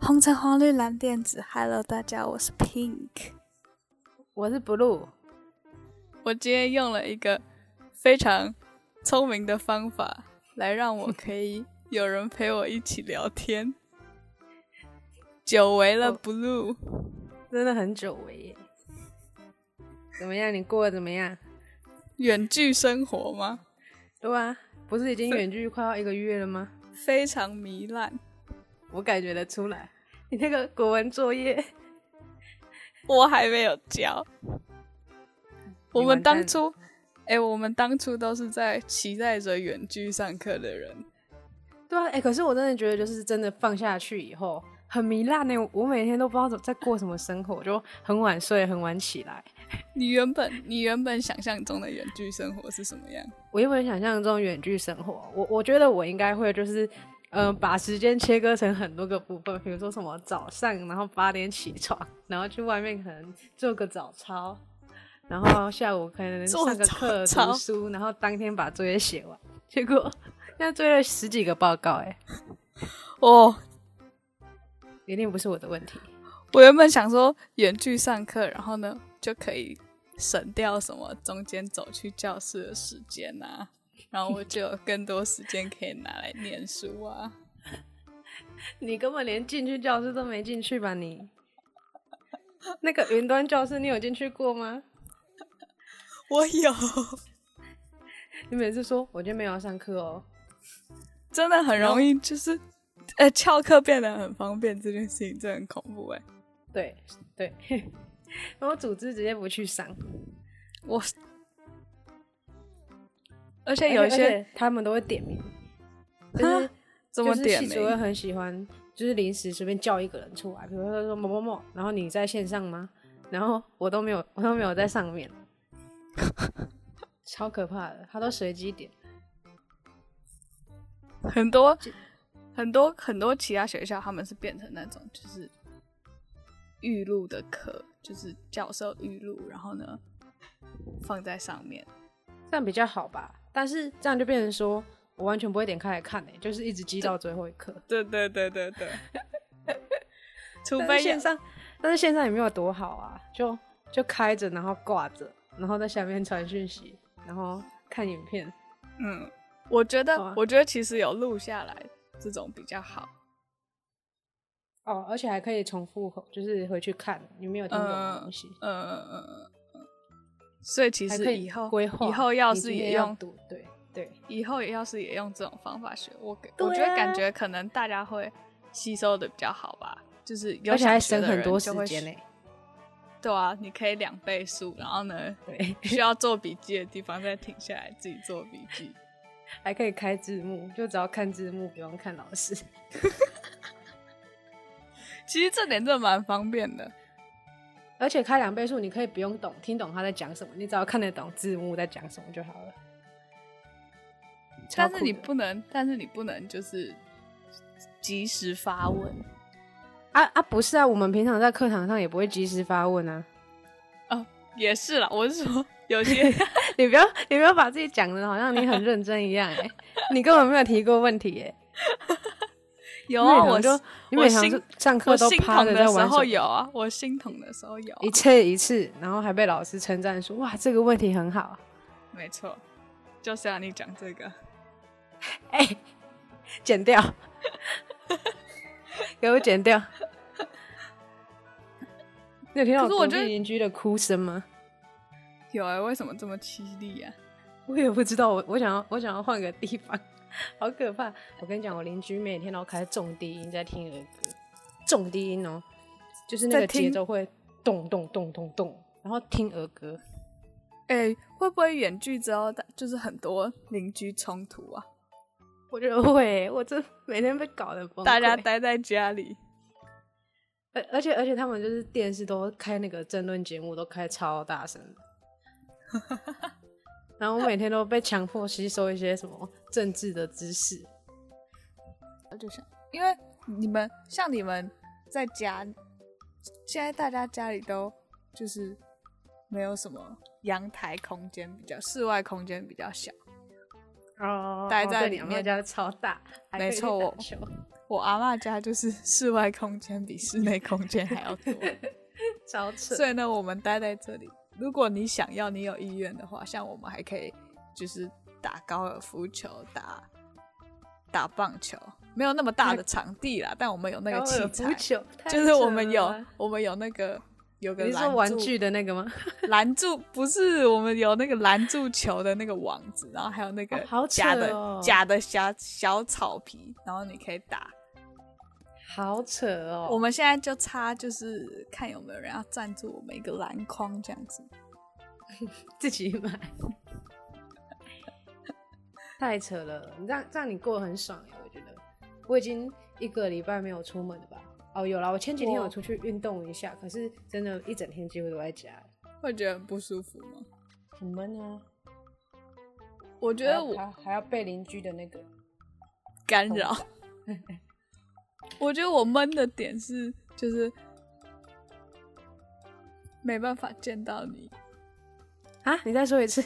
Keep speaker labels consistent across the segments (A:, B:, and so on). A: 红橙黄绿蓝靛紫，Hello，大家，我是 Pink。
B: 我是 Blue，
A: 我今天用了一个非常聪明的方法，来让我可以有人陪我一起聊天。久违了
B: 哦
A: Blue，
B: 真的很久违耶。怎么样？你过得怎么样？
A: 远距生活吗？
B: 对啊，不是已经远距快要一个月了吗？
A: 非常糜烂。
B: 我感觉得出来，你那个国文作业，
A: 我还没有交。我
B: 你
A: 们
B: 完蛋
A: 当初，哎、我们当初都是在期待着远距上课的人，
B: 对啊，哎、可是我真的觉得，就是真的放下去以后，很糜烂呢。我每天都不知道怎在过什么生活，就很晚睡，很晚起来。
A: 你原本你原本想象中的远距生活是什么样？
B: 我原本想象中远距生活，我我觉得我应该会就是，嗯、把时间切割成很多个部分，比如说什么早上，然后八点起床，然后去外面可能做个早操，然后下午可能
A: 做
B: 上个
A: 早
B: 课
A: 操
B: 读书，然后当天把作业写完。结果现在追了十几个报告、哎，
A: 哦，
B: 一定不是我的问题。
A: 我原本想说远距上课，然后呢就可以省掉什么中间走去教室的时间啊，然后我就有更多时间可以拿来念书啊。
B: 你根本连进去教室都没进去吧你？那个云端教室你有进去过吗？
A: 我有，
B: 你每次说我今天没有要上课哦，
A: 真的很容易就是，呃，翘课变得很方便，这件事情真的很恐怖哎、
B: 对对， 然后组织直接不去上，
A: 我，而
B: 但
A: 且有一些
B: 他们都会点 名，就是
A: 怎么点欸
B: 就是系主
A: 名
B: 任很喜欢，就是临时随便叫一个人出来，比如说说某某某，然后你在线上吗？然后我都没有，我都没有在上 面，超可怕的，他都随机点。
A: 很多很多很多其他学校，他们是变成那种就是预录的课，就是教授预录，然后呢放在上面。
B: 这样比较好吧。但是这样就变成说我完全不会点开来看诶、就是一直积到最后一刻。
A: 对对对对 对，除
B: 但
A: 非
B: 是线
A: 有
B: 上，但是线上也没有多好啊，就就开着，然后挂着，然后在下面传讯息，然后看影片。
A: 嗯，我觉得、
B: 好啊
A: 我觉得其实有录下来这种比较好。
B: 哦，而且还可以重复，就是回去看有没有听懂的东西，
A: 呃呃，所以其
B: 还
A: 实
B: 可以
A: 以后
B: 规划。
A: 以后要
B: 你今
A: 是
B: 天
A: 也
B: 要
A: 用
B: 读，对对，
A: 以后也要是也用这种方法学，我给、
B: 对啊
A: 我觉得感觉可能大家会吸收的比较好吧，就是有
B: 而且还
A: 想学
B: 省
A: 的
B: 很
A: 人
B: 多时
A: 就会
B: 间呢、
A: 学对啊，你可以两倍速，然后呢，
B: 对，
A: 需要做笔记的地方再停下来自己做笔记。
B: 还可以开字幕，就只要看字幕，不用看老师。
A: 其实这点真的蛮方便的。
B: 而且开两倍速，你可以不用懂听懂他在讲什么，你只要看得懂字幕在讲什么就好了。超
A: 但
B: 酷的
A: 是你不能，但是你不能就是及时发问
B: 啊啊，不是啊，我们平常在课堂上也不会及时发问啊。
A: 哦，也是啦，我是 说有些
B: 你不要你不要把自己讲的好像你很认真一样哎、你根本没有提过问题哎、
A: 有 啊，
B: 你每
A: 我
B: 堂就是你
A: 我
B: 每堂
A: 心
B: 就上课
A: 我
B: 都
A: 心
B: 趴
A: 疼
B: 着
A: 的
B: 在
A: 时
B: 玩
A: 候
B: 手机
A: 有啊，我心疼的时候有啊、
B: 一次一次，然后还被老师称赞说哇这个问题很好。
A: 啊没错，就是要你讲这个。
B: 哎、剪掉，给我剪掉。 你有听到
A: 可是
B: 隔
A: 我觉
B: 壁
A: 得
B: 邻居的哭声吗？
A: 有哎、为什么这么凄厉啊？
B: 我也不知道，我我想要我想要换个地方，好可怕！我跟你讲，我邻居每天都开重低音在听儿歌，重低音哦，就是那
A: 在
B: 个节
A: 听
B: 奏会咚咚咚咚咚，然后听儿歌，
A: 哎、会不会远距之后，就是很多邻居冲突啊？
B: 我觉得会，我这每天被搞得崩溃
A: 大家待在家里，
B: 而而且而且他们就是电视都开那个争论节目，都开超大声的。 然后我每天都被强迫吸收一些什么政治的知识，
A: 因为你们像你们在家，现在大家家里都就是没有什么阳台空间比较，室外空间比较小。
B: 哦，
A: 待
B: 哦
A: 在
B: 对
A: 里
B: 你阿嬷
A: 面
B: 家超大，还可以
A: 没错哦
B: 去打
A: 我
B: 球
A: 我阿嬷家就是室外空间比室内空间还要多，
B: 超扯。
A: 所以呢，我们待在这里，如果你想要，你有意愿的话，像我们还可以就是打高尔夫球、打打棒球，没有那么大的场地啦，但我们有那个
B: 高
A: 器
B: 尔夫
A: 材，
B: 球太
A: 就是我
B: 扯
A: 们
B: 了
A: 有
B: 吧
A: 我们有那个有个
B: 你是说
A: 拦
B: 玩
A: 住
B: 具的那个 吗？
A: 拦住不是我们有那个拦住球的那个网子，然后还有那个
B: 哦好扯
A: 假的、
B: 哦
A: 假的小小草皮，然后你可以打。
B: 好扯哦！
A: 我们现在就差就是看有没有人要赞助我们一个篮筐这样子。
B: 自己买，太扯了！你这样这样你过得很爽耶，我觉得。我已经一个礼拜没有出门了吧？哦，有啦，我前几天
A: 我
B: 有出去运动一下，可是真的，一整天几乎都在家，
A: 会觉得很不舒服吗？
B: 很闷啊。
A: 我觉得我
B: 还要还还要被邻居的那个，
A: 干扰。 我觉得我闷的点是，就是没办法见到你。
B: 啊，你再说一 次，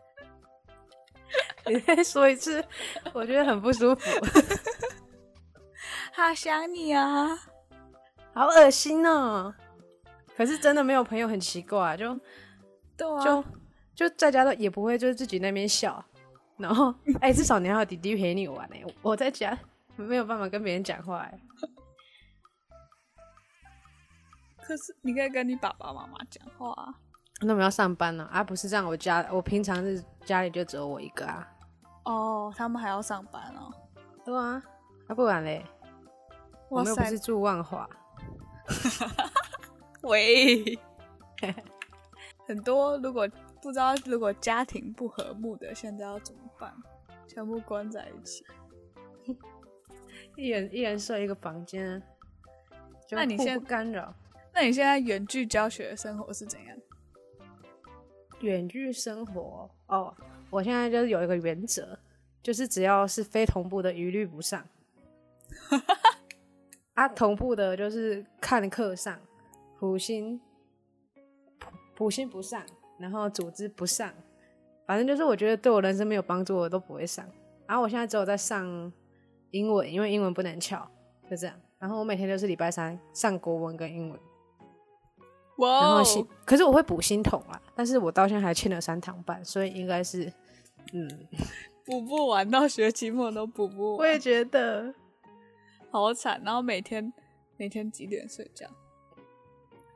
B: 你再说一次，我觉得很不舒服，
A: 好想你啊！
B: 好恶心哦。可是真的没有朋友很奇怪、啊就
A: 对啊，
B: 就就在家都也不会，就是自己那边笑，然 后哎、至少你还有弟弟陪你玩哎、我我在家没有办法跟别人讲话哎、
A: 可是你可以跟你爸爸妈妈讲话、啊。
B: 那我们要上班了啊，不是这样，我家我平常是家里就只有我一个啊，
A: 哦，他们还要上班哦。
B: 对啊，啊不然嘞，我
A: 哇
B: 们又不
A: 塞
B: 是，住万华，
A: 喂，很多如果不知道如果家庭不和睦的，现在要怎么办？全部关在一起。
B: 一人一人设一个房间啊，就
A: 那你
B: 互
A: 现
B: 不干扰。
A: 那你现在远距教学的生活是怎样？
B: 远距生活哦，我现在就是有一个原则，就是只要是非同步的，一律不上。啊，同步的就是看课上，普星普普星不上，然后组织不上，反正就是我觉得对我人生没有帮助，我都不会上。然后我现在只有在上英文，因为英文不能翘，就这样。然后我每天就是礼拜三上国文跟英文。然
A: 哇
B: 后
A: 哦，
B: 新，可是我会补新桶啦，但是我到现在还欠了三堂半，所以应该是，嗯，
A: 补不完，到学期末都补不完，
B: 觉得
A: 好惨。然后每天每天几点睡觉？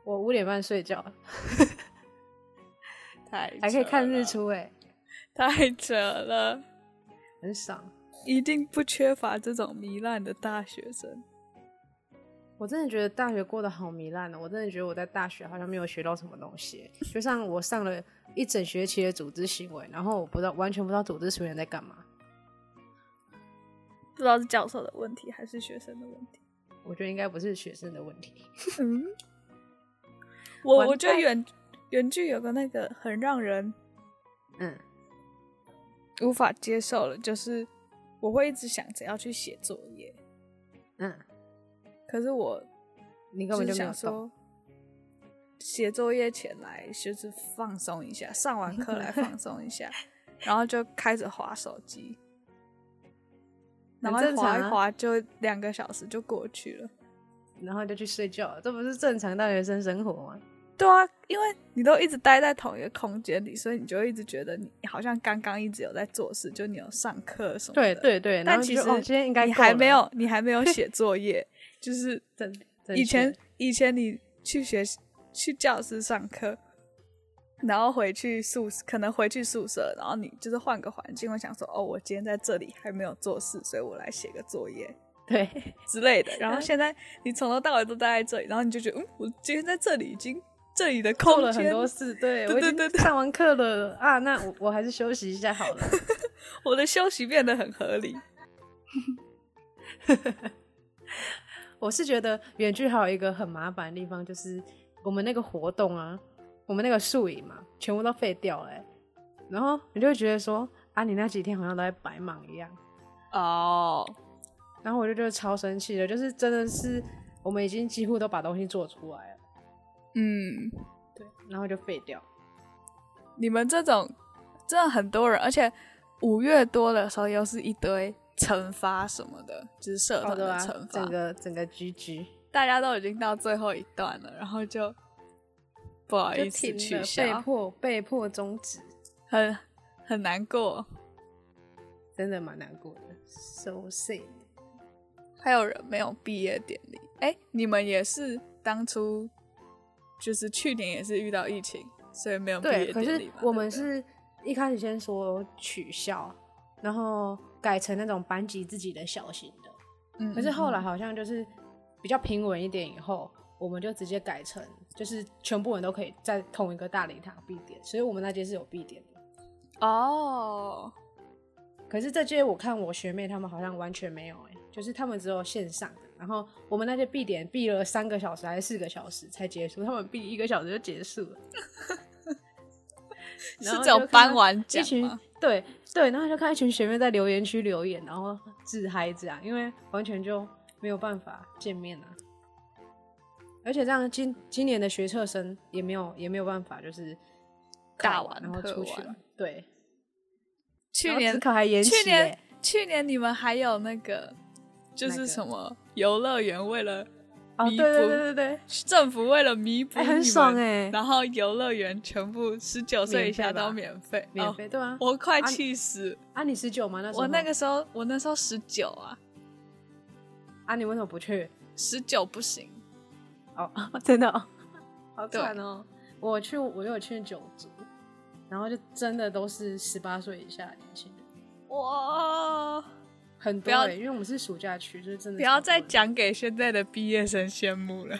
B: 我五点半睡觉，
A: 太扯了
B: 还可以看日，出、哎，
A: 太扯了，
B: 很爽。
A: 一定不缺乏这种糜烂的大学生。
B: 我真的觉得大学过得好糜烂呢，哦我真的觉得我在大学好像没有学到什么东西，就像我上了一整学期的组织行为，然后我不知道完全不知道组织行为在干嘛，
A: 不知道是教授的问题还是学生的问题。
B: 我觉得应该不是学生的问题。
A: 嗯，我
B: 完
A: 我觉得
B: 蛋
A: 远远距有个那个很让人
B: 嗯，
A: 无法接受的，就是我会一直想着要去写作业，
B: 嗯，
A: 可是我
B: 你根本
A: 就
B: 就是没有
A: 想
B: 动。
A: 说，写作业前来就是放松一下，上完课来放松一 下，然后就开始划手机，然后
B: 很正常
A: 划
B: 啊
A: 一划就两个小时就过去了。
B: 然后就去睡觉了，这不是正常大学生生活吗？
A: 对啊，因为你都一直待在同一个空间里，所以你就一直觉得你好像刚刚一直有在做事，就你有上课什么
B: 对
A: 的。
B: 对对，然
A: 但
B: 后
A: 其
B: 就
A: 实、
B: 哦、今天应该
A: 你
B: 够
A: 还
B: 了
A: 没有，你还没有写作业， 就是
B: 真真
A: 以前
B: 是
A: 以前你去学习去教室上课，然后回去宿舍，可能回去宿舍，然后你就是换个环境，会想说哦，我今天在这里还没有做事，所以我来写个作业
B: 对
A: 之类的。然后现在你从头到尾都待在这里，然后你就觉得嗯，我今天在这里已经这里的空
B: 做
A: 间
B: 了很多事， 对
A: 对
B: 我已
A: 对
B: 经
A: 对对
B: 上完课了啊，那我我还是休息一下好了。
A: 我的休息变得很合理。
B: 我是觉得远距还有一个很麻烦的地方，就是我们那个活动啊，我们那个宿营嘛，全部都废掉了欸、然后你就会觉得说啊，你那几天好像都在白忙一样。
A: 哦，
B: 然后我就觉得超生气的，就是真的是我们已经几乎都把东西做出来了，
A: 嗯，
B: 对，然后就废掉。
A: 你们这种真的很多人，而且五月多的时候又是一堆惩罚什么的，就是社
B: 好
A: 团
B: 的
A: 的
B: 啊
A: 惩，罚，
B: 整个整个 GG，
A: 大家都已经到最后一段了，然后就不好
B: 就
A: 意思
B: 停
A: 取
B: 了，被
A: 消，
B: 迫被迫终止，
A: 很很难过。
B: 真的蛮难过的，so sad。
A: 还有人没有毕业典礼，哎、你们也是当初就是去年也是遇到疫情，所以没有毕业
B: 对，
A: 典礼
B: 可是
A: 嘛
B: 我们
A: 对嗯不对
B: 是一开始先说取消，然后改成那种班级自己的小型的，
A: 嗯，
B: 可是后
A: 嗯
B: 来好像就是比较平稳一点，以后我们就直接改成就是全部人都可以在同一个大礼堂必点，所以我们那届是有必点的。
A: 哦，
B: 可是这届我看我学妹她们好像完全没有哎、就是她们只有线上的，然后我们那届必点必了三个小时还是四个小时才结束，她们必一个小时就结束了。然
A: 是
B: 后
A: 只有
B: 就看
A: 颁
B: 到
A: 完
B: 一
A: 奖
B: 群
A: 吗？
B: 对对，然后就看一群学妹在留言区留言，然后自嗨这样，因为完全就没有办法见面啊。而且这样今今年的学测生也没有也没有办法，就是
A: 大
B: 考
A: 玩
B: 然后
A: 特
B: 出去
A: 玩
B: 玩，对，
A: 去
B: 然后
A: 年
B: 指考还延期、
A: 去年
B: 欸，
A: 去年你们还有那个就
B: 哪
A: 是
B: 个
A: 什么游乐园为了
B: 哦，
A: 弥
B: 对
A: 补
B: 对对对对，
A: 政府为了弥补、
B: 哎很爽哎
A: 然后游乐园全部十九岁以下都免费，
B: 免费、对啊
A: 哦，，我快
B: 啊
A: 气死！
B: 啊你十九吗？那时候
A: 我那个时候我那时候十九啊，
B: 啊你为什么不去？
A: 十九不行，
B: 哦，真的、哦，好
A: 对
B: 惨哦！我去，我有去九族，然后就真的都是十八岁以下的年轻人，
A: 哇！
B: 很
A: 不
B: 多、
A: 要
B: 欸，因为我们是暑假去，就是真的
A: 不要
B: 超多
A: 再
B: 人，
A: 讲给现在的毕业生羡慕了。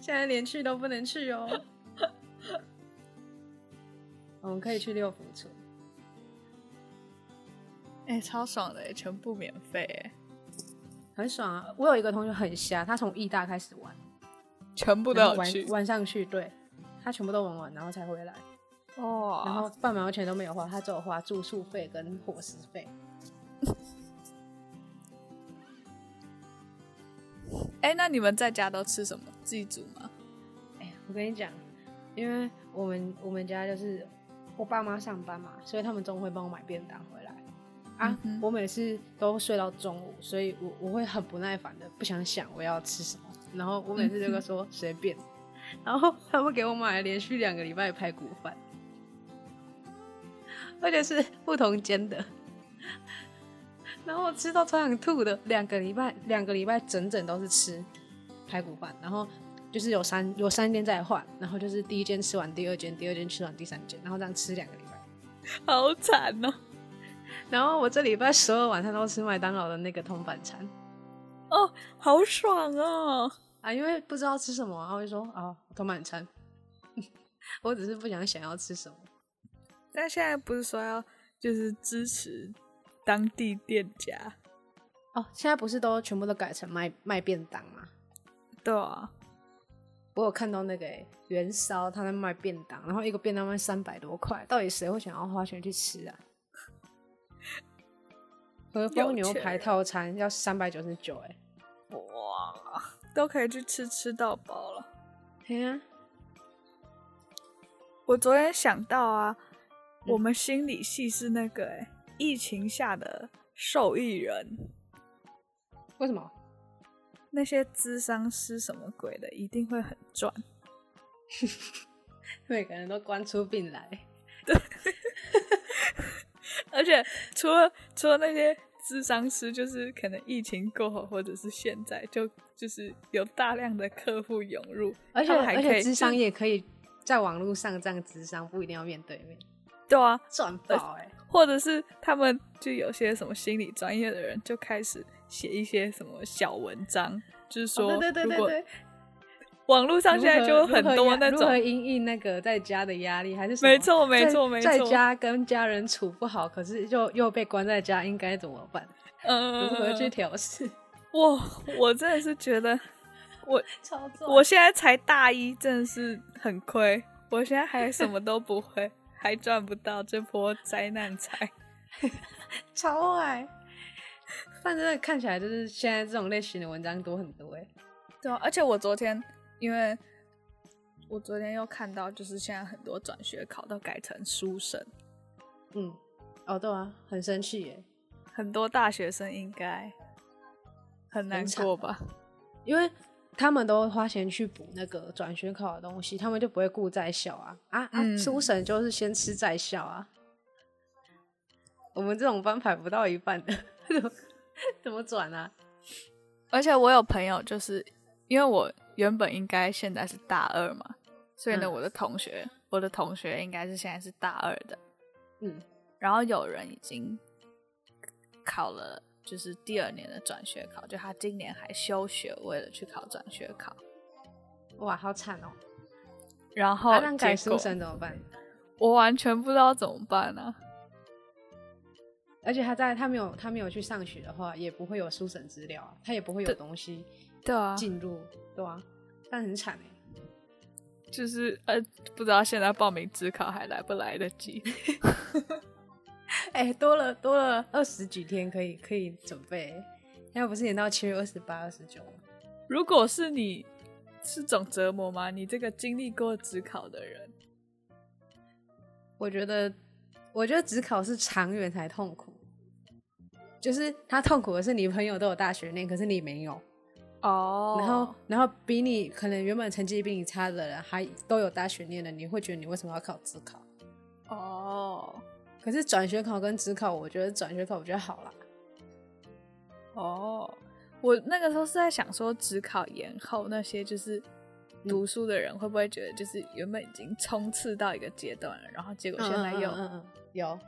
B: 现在连去都不能去哦。我们可以去六福村，
A: 哎、超爽的耶，全部免费哎耶，
B: 很爽啊！我有一个同学很瞎，他从艺大开始玩，
A: 全部都
B: 然后
A: 有
B: 玩
A: 去
B: 玩上去，对他全部都玩完，然后才回来，
A: 哇！
B: 然后半毛钱都没有花，他只有花住宿费跟伙食费。
A: 哎、那你们在家都吃什么？自己煮吗？
B: 哎、我跟你讲，因为我们我们家就是我爸妈上班嘛，所以他们中午会帮我买便当回来。啊，
A: 嗯哼
B: 我每次都睡到中午，所以我我会很不耐烦的，不想想我要吃什么。然后我每次就会说随便，然后他们给我买了连续两个礼拜的排骨饭，而且是不同煎的。然后我吃到超想吐的，两个礼拜，两个礼拜整整都是吃排骨饭，然后就是有三有三间在换，然后就是第一间吃完，第二间，第二间吃完，第三间，然后这样吃两个礼拜。
A: 好惨哦！
B: 然后我这礼拜所有晚上都吃麦当劳的那个通饭餐
A: 哦，好爽哦！
B: 啊，因为不知道吃什么，然后就说哦通饭餐， 我只是不想想要吃什么。
A: 但现在不是说要就是支持当地店家？
B: 哦，现在不是都全部都改成卖卖便当吗？
A: 对啊，
B: 我有看到那个欸元宵，他在卖便当，然后一个便当卖三百多块，到底谁会想要花钱去吃啊？ 和风牛排
A: 欸
B: 套餐要三百九十九，哎，
A: 哇，都可以去吃吃到饱了。
B: 嘿啊呀、
A: 我昨天想到啊，我们心理系是那个、欸、疫情下的受益人，
B: 为什么？
A: 那些智商师什么鬼的，一定会很赚。
B: 每个人都关出病来，
A: 而且除了除了那些智商师，就是可能疫情过后或者是现在，就就是有大量的客户涌入，
B: 而且
A: 他们还
B: 而
A: 可
B: 且
A: 以
B: 智商
A: 就
B: 也可以在网络上这样智商，不一定要面对面
A: 对啊，
B: 赚爆哎、
A: 或者是他们就有些什么心理专业的人就开始写一些什么小文章，就是说，
B: 哦对对对
A: 如
B: 对
A: 果
B: 对，
A: 网络上
B: 如
A: 现在
B: 何
A: 就有很
B: 如何
A: 多
B: 压
A: 那
B: 如
A: 种
B: 何因应那个在家的压力，还是什么
A: 没错，没
B: 在
A: 错，没
B: 在
A: 错。
B: 家跟家人处不好，可是又又被关在家，应该怎么办？
A: 嗯，
B: 如何去调 试？
A: 我我真的是觉得，我
B: 操作
A: 我现在才大一，真的是很亏。我现在还什么都不会，还赚不到这波灾难财。
B: 超爱。但真的看起来就是现在这种类型的文章多很多哎、
A: 对啊，而且我昨天因为。我昨天又看到，就是现在很多转学考都改成书生，
B: 嗯，哦，对啊，很生气耶，
A: 很多大学生应该很难过吧？
B: 因为他们都会花钱去补那个转学考的东西，他们就不会顾在校啊啊啊！
A: 嗯
B: 初审就是先吃在校啊。我们这种班排不到一半的， 怎么怎么转啊？
A: 而且我有朋友，就是因为我原本应该现在是大二嘛，所以呢，
B: 嗯
A: 我的同学，我的同学应该是现在是大二的，
B: 嗯，
A: 然后有人已经考了，就是第二年的转学考，就他今年还休学，为了去考转学考，
B: 哇，好惨哦！
A: 然后
B: 啊，那改
A: 结
B: 初
A: 果
B: 审怎么办？
A: 我完全不知道怎么办啊。
B: 而且他在他没有他没有去上学的话，也不会有书审资料啊，他也不会有东西
A: 对啊，
B: 进入，对啊，但很惨哎。
A: 就是呃，不知道现在报名自考还来不来得及。
B: 哎、多了多了二十几天可以可以准备，要不是延到七月二十八、二十九，
A: 如果是你，是种折磨吗？你这个经历过职考的人，
B: 我觉得我觉得只考是长远才痛苦，就是他痛苦的是你朋友都有大学念，可是你没有，
A: 哦
B: 然后然后比你可能原本成绩比你差的人还都有大学念的，你会觉得你为什么要考自考？
A: 哦
B: 可是转学考跟职考，我觉得转学考比较好啦。
A: 哦，我那个时候是在想说，职考延后那些就是
B: 嗯
A: 读书的人会不会觉得，就是原本已经冲刺到一个阶段了，然后结果现在又、
B: 嗯嗯有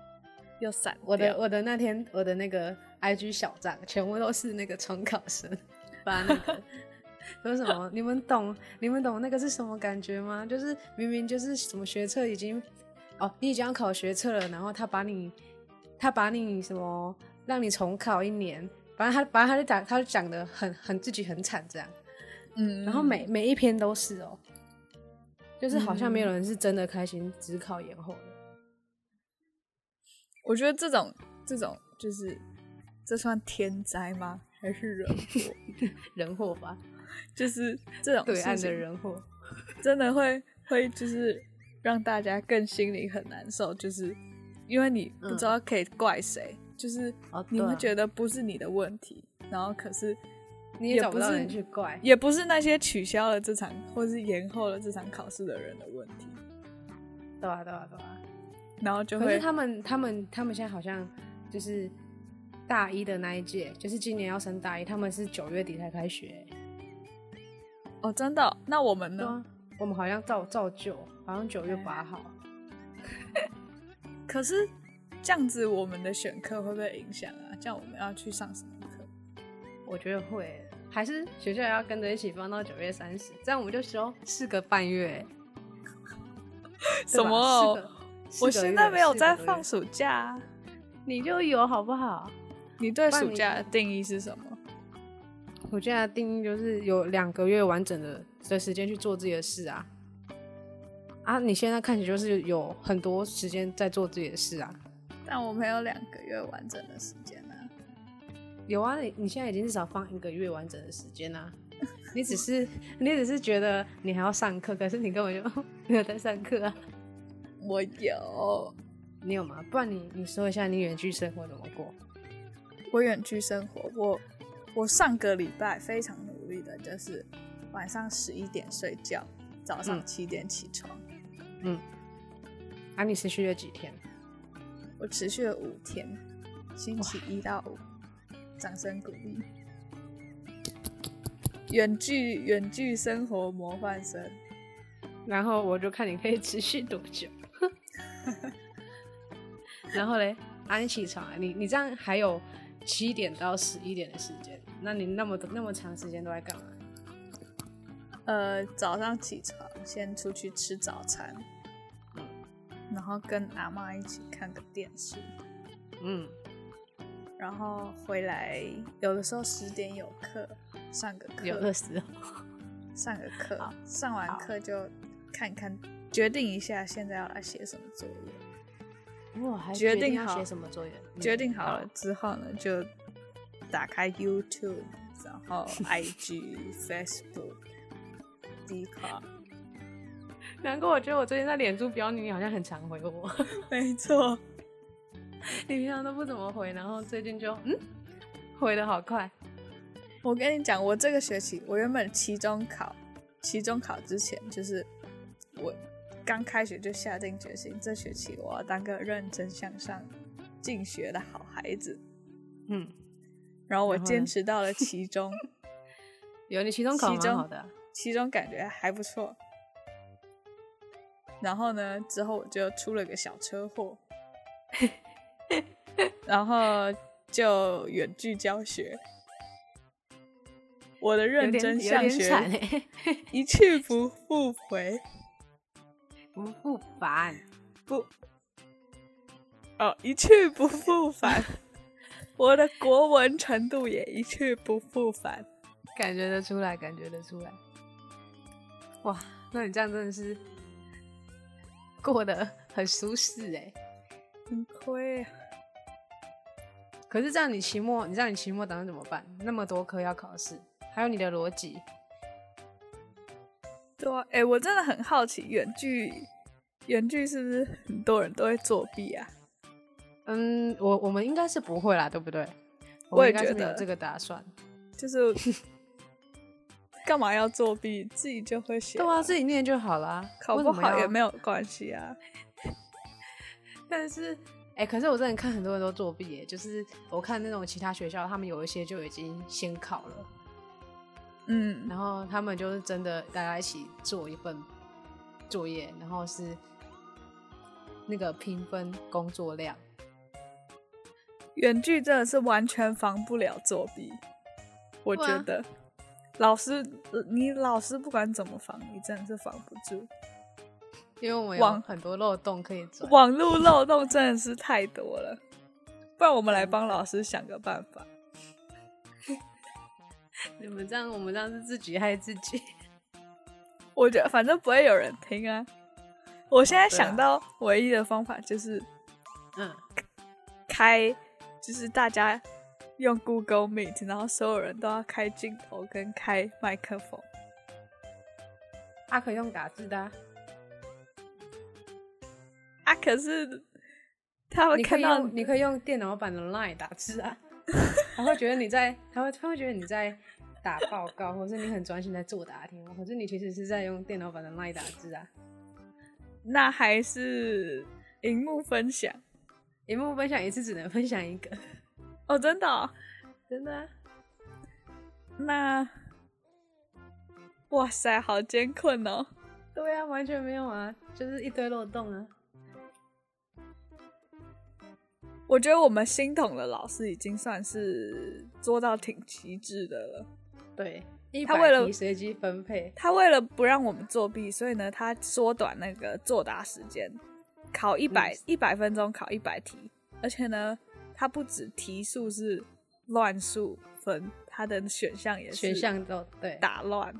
A: 又散掉？
B: 我的我的那天我的那个 IG 小账全部都是那个重考生发那个 说什么，你们懂你们懂那个是什么感觉吗？就是明明就是什么学测已经哦，你已经要考学测了，然后他把你他把你什么让你重考一年，反正他反正他就讲他就讲的很很自己很惨这样，
A: 嗯，
B: 然后每每一篇都是哦，就是好像
A: 嗯
B: 没有人是真的开心，只考延后的。
A: 我觉得这种这种就是这算天灾吗？还是人祸？
B: 人祸吧，
A: 哦就是这种
B: 对
A: 事
B: 岸的
A: 情
B: 人祸。
A: 真的会会就是让大家更心里很难受，就是因为你不知道可以怪谁，就是
B: 嗯哦
A: 你
B: 对啊
A: 会觉得不是你的问题，然后可是
B: 你也找
A: 不
B: 不
A: 是
B: 到人去怪。
A: 也不是那些取消了这场或是延后了这场考试的人的问题，
B: 对啊，对啊，对啊。
A: 然后就
B: 可是
A: 会
B: 他们，他们，他们现在好像就是大一的那一届，就是今年要升大一，他们是九月底才开学。欸
A: 哦真的哦、那我们
B: 对
A: 呢？
B: 啊，我们好像照照旧，好像九月八号。
A: 可是这样子我们的选课会不会影响啊？这样我们要去上什么课？
B: 我觉得会，还是学校也要跟着一起放到九月三十，这样我们就休四个半月。欸
A: 什么
B: 对
A: 哦？
B: 吧？四个
A: 我
B: 四个
A: 现在
B: 月
A: 没有
B: 四个
A: 在
B: 多
A: 放
B: 月
A: 暑假啊、
B: 你就有好不好？
A: 你对
B: 不然
A: 暑
B: 你
A: 假的定义是什么？
B: 我现在的定义就是有两个月完整的的时间去做自己的事啊。啊，你现在看起来就是有很多时间在做自己的事啊。
A: 但我没有两个月完整的时间啊。
B: 有啊，你你现在已经至少放一个月完整的时间啊。你只是你只是觉得你还要上课，可是你根本就 没有在上课啊。
A: 我有，
B: 你有吗？不然你你说一下你远距生活怎么过？
A: 我远距生活，我我上个礼拜非常努力的，就是晚上十一点睡觉，早上
B: 嗯
A: 七点起床，
B: 啊，你持续了几天？
A: 我持续了五天，星期一到五，掌声鼓励。远距远距生活模范生，
B: 然后我就看你可以持续多久。 然后嘞，啊，你起床啊，你你这样还有七点到十一点的时间，那你那么多那么长时间都在干嘛？
A: 呃，早上起床先出去吃早餐，然后跟阿妈一起看个电视，
B: 嗯，
A: 然后回来有的时候十点有课，上个课，
B: 有的时 候，
A: 上个课
B: 好，
A: 上完课就看看，决定一下现在要来写什么作业。
B: 我还
A: 决定
B: 要
A: 好
B: 写什么作业，嗯
A: 决定好了，之后呢，就打开 YouTube，然 后 IG、Facebook、d c a r
B: 难怪我觉得我最近在脸书标你，你好像很常回我。
A: 没错，
B: 你平常都不怎么回，然后最近就嗯，回的好快。
A: 我跟你讲，我这个学期，我原本期中考，期中考之前就是我刚开学就下定决心，这学期我要当个认真向上、进学的好孩子。
B: 嗯，
A: 然后我
B: 然后呢
A: 坚持到了期中，
B: 有你期中考
A: 期中
B: 蛮好的啊、
A: 期中感觉还不错。然后呢，之后我就出了个小车 祸，然后就远距教学。我的
B: 有
A: 认
B: 点
A: 真
B: 有
A: 向
B: 点
A: 学
B: 惨欸
A: 一去不复回，
B: 不不烦。
A: 不，哦，一去不复 返。我的国文程度也一去不复返。
B: 感觉得出来，感觉得出来。哇，那你这样真的是过得很舒适哎、
A: 很亏、啊，
B: 可是这样你期末，你这样你期末打算怎么办？那么多科要考试，还有你的逻辑，
A: 对啊，哎、我真的很好奇，远距，远距是不是很多人都会作弊啊？
B: 嗯，我我们应该是不会啦，对不对？
A: 我
B: 们
A: 也
B: 应该是
A: 觉
B: 没有
A: 得
B: 这个打算。
A: 就是 干嘛要作弊？自己就会写
B: 对
A: 了，
B: 啊，自己念就好啦，
A: 考
B: 为
A: 不
B: 什么
A: 好也
B: 要
A: 没有关系啊。
B: 但是，哎、可是我真的看很多人都作弊、耶，就是我看那种其他学校，他们有一些就已经先考了，
A: 嗯，
B: 然后他们就是真的大家一起做一份作业，然后是那个评分工作量，
A: 远距真的是完全防不了作弊，我
B: 对
A: 觉
B: 啊
A: 得。老师，呃你老师不管怎么防，你真的是防不住。
B: 因为我们
A: 网
B: 有很多漏洞可以钻。
A: 网络漏洞真的是太多了，不然我们来帮老师想个办法。
B: 你们这样，我们这样是自己害自己。
A: 我觉得反正不会有人听啊。我现在
B: 哦对啊
A: 想到唯一的方法就是
B: 嗯，
A: 开，就是大家用 Google Meet，然后所有人都要开镜头跟开麦克风。
B: 他、可以用打字 的啊、
A: 啊，可是他们
B: 你可
A: 看
B: 以
A: 到
B: 用你可以用电脑版的 LINE 打 字啊，他会觉得你在，他会他会觉得你在打报告，或是你很专心在做答题，可是你其实是在用电脑版的 LINE 打字啊。
A: 那还是荧幕分享
B: 荧幕分享一次只能分享一个，
A: 哦，真的哦、
B: 真的啊、
A: 那哇塞，好艰困哦。
B: 对啊，完全没有啊，就是一堆漏洞啊。
A: 我觉得我们新统的老师已经算是做到挺极致的了。
B: 对，一
A: 他为
B: 百
A: 了
B: 题随机分配，
A: 他为了不让我们作弊，所以呢，他缩短那个作答时间，考一百
B: 嗯
A: 一百分钟考一百题，而且呢，他不止题数是乱数分，他的选项也是
B: 选项都对，
A: 打乱。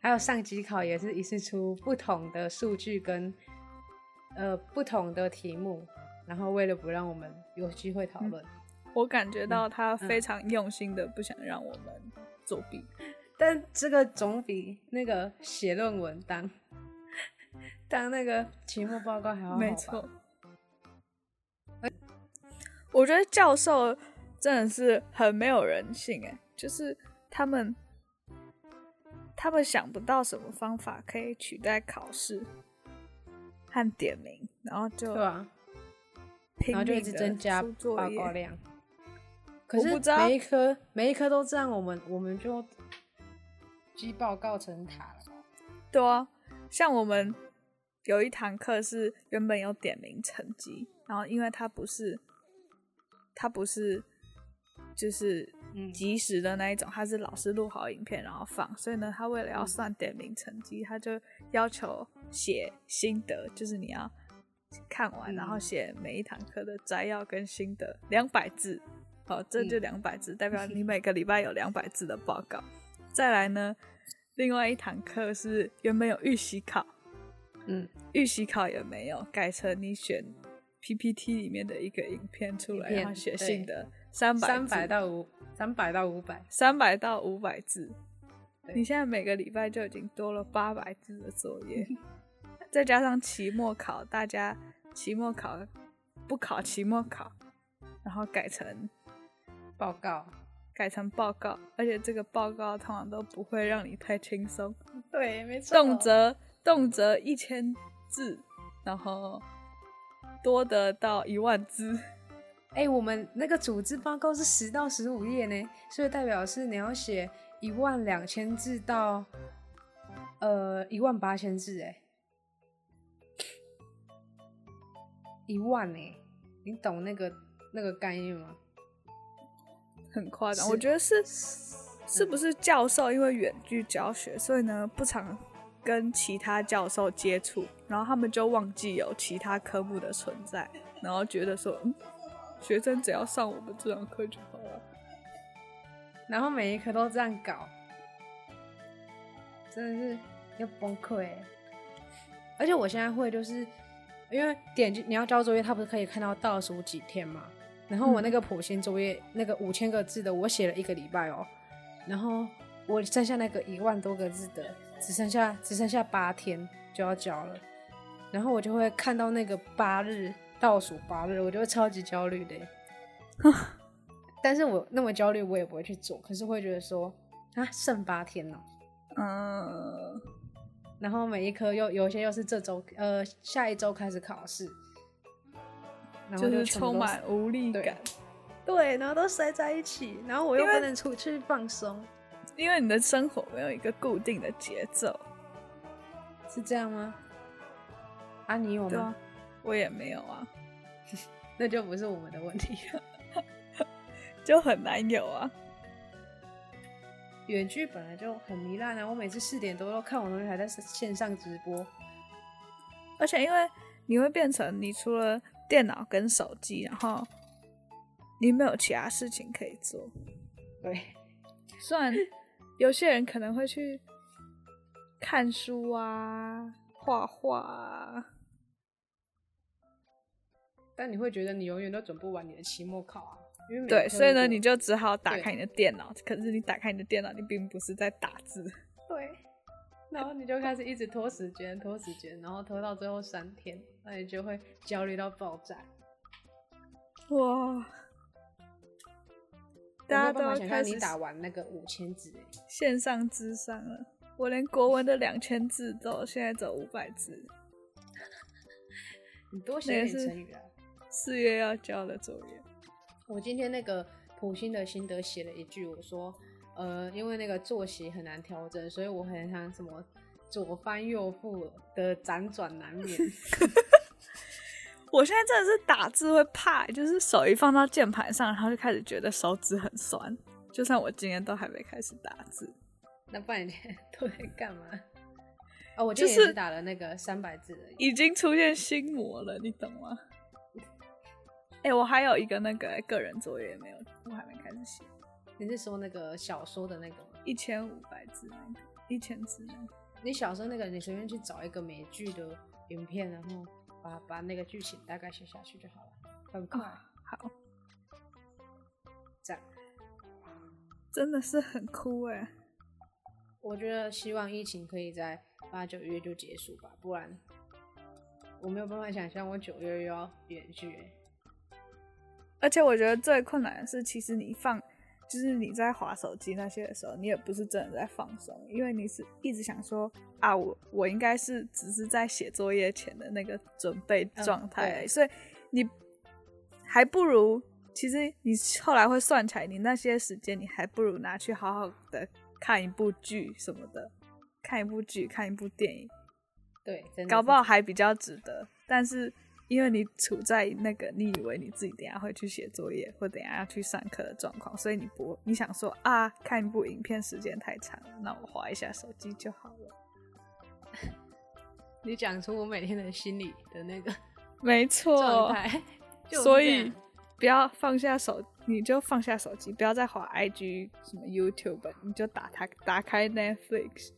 B: 还有上机考也是一次出不同的数据跟呃不同的题目，然后为了不让我们有机会讨论，
A: 我感
B: 嗯
A: 觉到他非常用心的不想让我们作弊。
B: 但这个总比那个写论文当 当那个期末报告还要好吧
A: 没错。我觉得教授真的是很没有人性哎、就是他们他们想不到什么方法可以取代考试和点名，然后就
B: 对啊，
A: 拼
B: 然后就一直
A: 命地
B: 增加
A: 出
B: 报
A: 作
B: 告
A: 业。
B: 量。可
A: 我
B: 是
A: 不知道
B: 每一科每一科都这样，我们我们就积报告成塔了吧。
A: 对啊，像我们有一堂课是原本有点名成绩，然后因为它不是，它不是就是
B: 嗯
A: 及时的那一种，它是老师录好影片然后放，所以呢，他为了
B: 嗯
A: 要算点名成绩，他就要求写心得，就是你要看完，
B: 嗯
A: 然后写每一堂课的摘要跟心得，两百字。好，这
B: 嗯
A: 就两百字，代表 你每个礼拜有两百字的报告。再来呢，另外一堂课是原本有预习考，
B: 嗯，
A: 预习考也没有，改成你选 PPT 里面的一个影片出来，
B: 影片
A: 然后写信的三百
B: 三百到五，三百到五百，
A: 三百到五百字。
B: 对
A: 你现在每个礼拜就已经多了八百 字的作业，再加上期末考，大家期末考不考期末考，然后改成
B: 报告。
A: 改成报告，而且这个报告通常都不会让你太轻松，
B: 对，没错
A: 动辄动辄一千字，然后多得到一万字。
B: 哎、我们那个组织报告是十到十五页呢，所以代表是你要写一万两千字到呃一万八千字，哎，一万哎，你懂那个那个概念吗？
A: 很夸张。
B: 是嗯
A: 我觉得是是不是教授因为远距教学，所以呢不常跟其他教授接触，然后他们就忘记有其他科目的存在，然后觉得说，嗯，学生只要上我们这堂课就好了。
B: 然后每一科都这样搞，真的是要崩溃欸。而且我现在会就是，因为点击你要交作业，它不是可以看到倒数几天嘛？然后我那个普星作业、那个五千个字的，我写了一个礼拜哦，然后我剩下那个一万多个字的，只剩下只剩下八天就要交了，然后我就会看到那个八日倒数八日，我就会超级焦虑的欸。但是我那么焦虑，我也不会去做，可是会觉得说啊，剩八天了、
A: 嗯，
B: 然后每一科又有些又是这周呃下一周开始考试，然后
A: 就是
B: 全部都
A: 充满无力感，
B: 对，然后都塞在一起，然后我又
A: 因为
B: 不能出去放松，
A: 因为你的生活没有一个固定的节奏。
B: 是这样吗？啊，你有
A: 对
B: 吗
A: 啊？，我也没有啊，
B: 那就不是我们的问题了。
A: 就很难有啊。
B: 远距本来就很糜烂啊，我每次四点多都看我同学还在线上直播，
A: 而且因为你会变成你除了电脑跟手机，然后你没有其他事情可以做。
B: 对，
A: 虽然有些人可能会去看书啊、画画啊，
B: 但你会觉得你永远都准不完你的期末考啊，因为每
A: 对，
B: 科
A: 所以
B: 如
A: 呢，
B: 果
A: 你就只好打
B: 对
A: 开你的电脑。可是你打开你的电脑，你并不是在打字。
B: 对，然后你就开始一直拖时间，拖时间，然后拖到最后三天，那你就会焦虑到爆炸。
A: 哇！大家都
B: 我没有办法
A: 要
B: 想
A: 开
B: 象
A: 始
B: 你打完那个五千字欸，
A: 线上智商了。我连国文的两千字都有现在只有五百字，
B: 你多
A: 那
B: 写
A: 个
B: 点
A: 是
B: 成语啊。
A: 四月要交的作业。
B: 我今天那个普星的心得写了一句，我说，呃，因为那个作息很难调整，所以我很想什么左翻右复的辗转难 眠。
A: 我现在真的是打字会怕，欸就是手一放到键盘上，然后就开始觉得手指很酸。就算我今天都还没开始打字，
B: 那不然你今天都在干 嘛？哦，我今天
A: 就
B: 也
A: 是
B: 是打了那个三百字而已。
A: 已经出现心魔了，你懂吗？哎、我还有一个那个个人作业没有，我还没开始写，
B: 你是说那个小说的那个吗？
A: 一千五百字那个，一千字那个。
B: 你小时候那个，你随便去找一个美剧的影片，然后把把那个剧情大概写下去就好了，很快。
A: 啊好，
B: 这样，
A: 真的是很酷哎、
B: 我觉得希望疫情可以在八九月就结束吧，不然我没有办法想象我九月又要远距、欸。
A: 而且我觉得最困难的是，其实你放，就是你在划手机那些的时候，你也不是真的在放松，因为你是一直想说啊，我我应该是只是在写作业前的那个准备状态而已，
B: 嗯对
A: 所以你还不如，其实你后来会算起来，你那些时间你还不如拿去好好的看一部剧什么的，看一部剧，看一部电影，
B: 对，真的
A: 搞不好还比较值得。但是因为你处在那个你以为你自己等一下会去写作业或等一下要去上课的状况，所以你不你想说啊，看一部影片时间太长了，那我划一下手机就好了。
B: 你讲出我每天的心理的那个
A: 没
B: 状
A: 错，
B: 态，就是
A: 所
B: 这样
A: 以不要放下手，你就放下手机，不要再划 IG 什么 YouTube，你就打它打开 Netflix。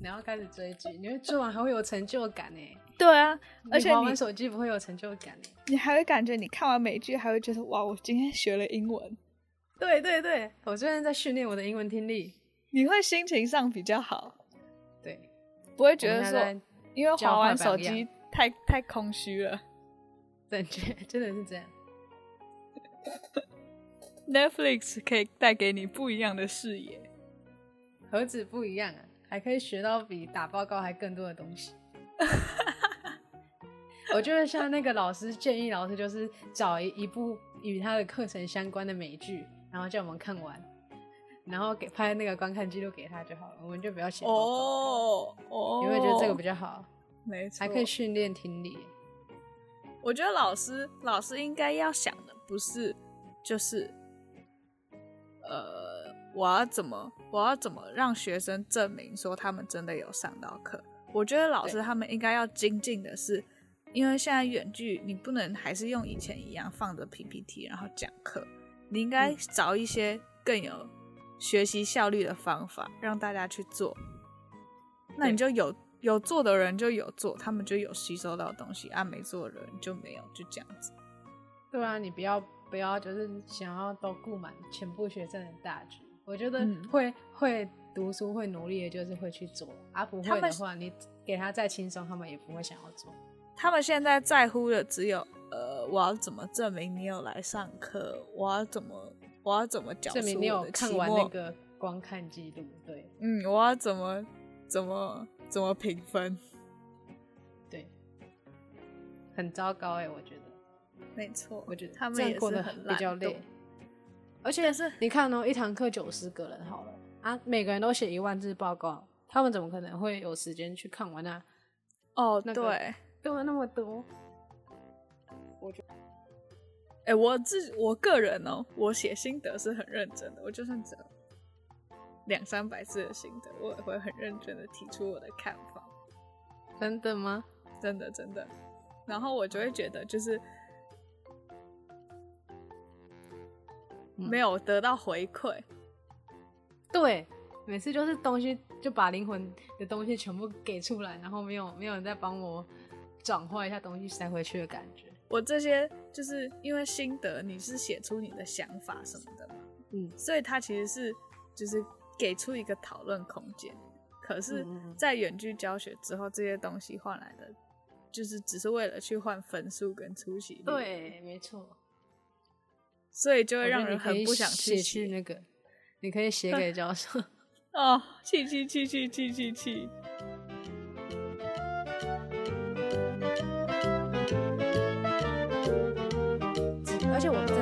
B: 然后开始追剧，你会做完还会有成就感哎、
A: 对啊，而且
B: 你玩
A: 你
B: 完手机不会有成就感、欸。
A: 你还会感觉你看完美剧，还会觉得哇，我今天学了英文，
B: 对对对，我最近在训练我的英文听力。
A: 你会心情上比较好。
B: 对，
A: 不会觉得
B: 我们还
A: 说
B: 在，
A: 因为
B: 交
A: 滑
B: 换
A: 完手
B: 榜
A: 机太太空虚了。
B: 正确，真的是这样。
A: Netflix 可以带给你不一样的视野。
B: 何止不一样啊，还可以学到比打报告还更多的东西。 我觉得像那个老师建议，老师就是找一一部与他的课程相关的美剧，然后叫我们看完，然后给拍那个观看记录给他就好了，我们就不要写报告。
A: 哦哦，
B: 你有没有觉得这个比较好？
A: 没错，
B: 还可以训练听力。
A: 我觉得老师老师应该要想的不是就是，呃，我要怎么我要怎么让学生证明说他们真的有上到课？我觉得老师
B: 对
A: 他们应该要精进的是，因为现在远距你不能还是用以前一样放着 PPT 然后讲课，你应该
B: 嗯
A: 找一些更有学习效率的方法让大家去做。那你就有有做的人就有做，他们就有吸收到东西；啊，没做的人就没有，就这样子。
B: 对啊，你不要不要，就是想要都顾满全部学生的大局。我觉得
A: 嗯
B: 会、会读书、会努力的，就是会去做。啊，不
A: 他
B: 会
A: 们
B: 的话，你给他再轻松，他们也不会想要做。
A: 他们现在在乎的只有，呃，我要怎么证明你有来上课？我要怎么，我要怎么缴出
B: 证明你有
A: 我的期
B: 看完那
A: 末？
B: 个观看记录，对
A: 嗯，我要怎么怎么怎么评分？
B: 对，很糟糕哎、我觉得。
A: 没错，
B: 我觉得
A: 他们
B: 这样
A: 也
B: 过
A: 是
B: 得
A: 很
B: 比较
A: 懒惰
B: 累。而且是你看哦，一堂课九十个人好了啊，每个人都写一万字报告，他们怎么可能会有时间去看完啊？
A: 哦，
B: 那个
A: 对。
B: 对啊，那么多，
A: 哎、我自我个人哦，我写心得是很认真的，我就算只有两三百字的心得，我也会很认真的提出我的看法，
B: 真的吗？
A: 真的真的。然后我就会觉得就是
B: 嗯
A: 没有得到回馈，
B: 对，每次就是东西就把灵魂的东西全部给出来，然后没有没有人再帮我转化一下东西塞回去的感觉。
A: 我这些就是因为心得你是写出你的想法什么的嘛，
B: 嗯，
A: 所以它其实是就是给出一个讨论空间。可是
B: 嗯嗯嗯，
A: 在远距教学之后，这些东西换来的就是只是为了去换分数跟出席率，，
B: 对，没错，
A: 所以就会让
B: 我觉得
A: 人
B: 你可以
A: 很不想去
B: 写去
A: 写。
B: 那个，你可以写 给教授。
A: 哦，气气气气气气气！
B: 而且我们在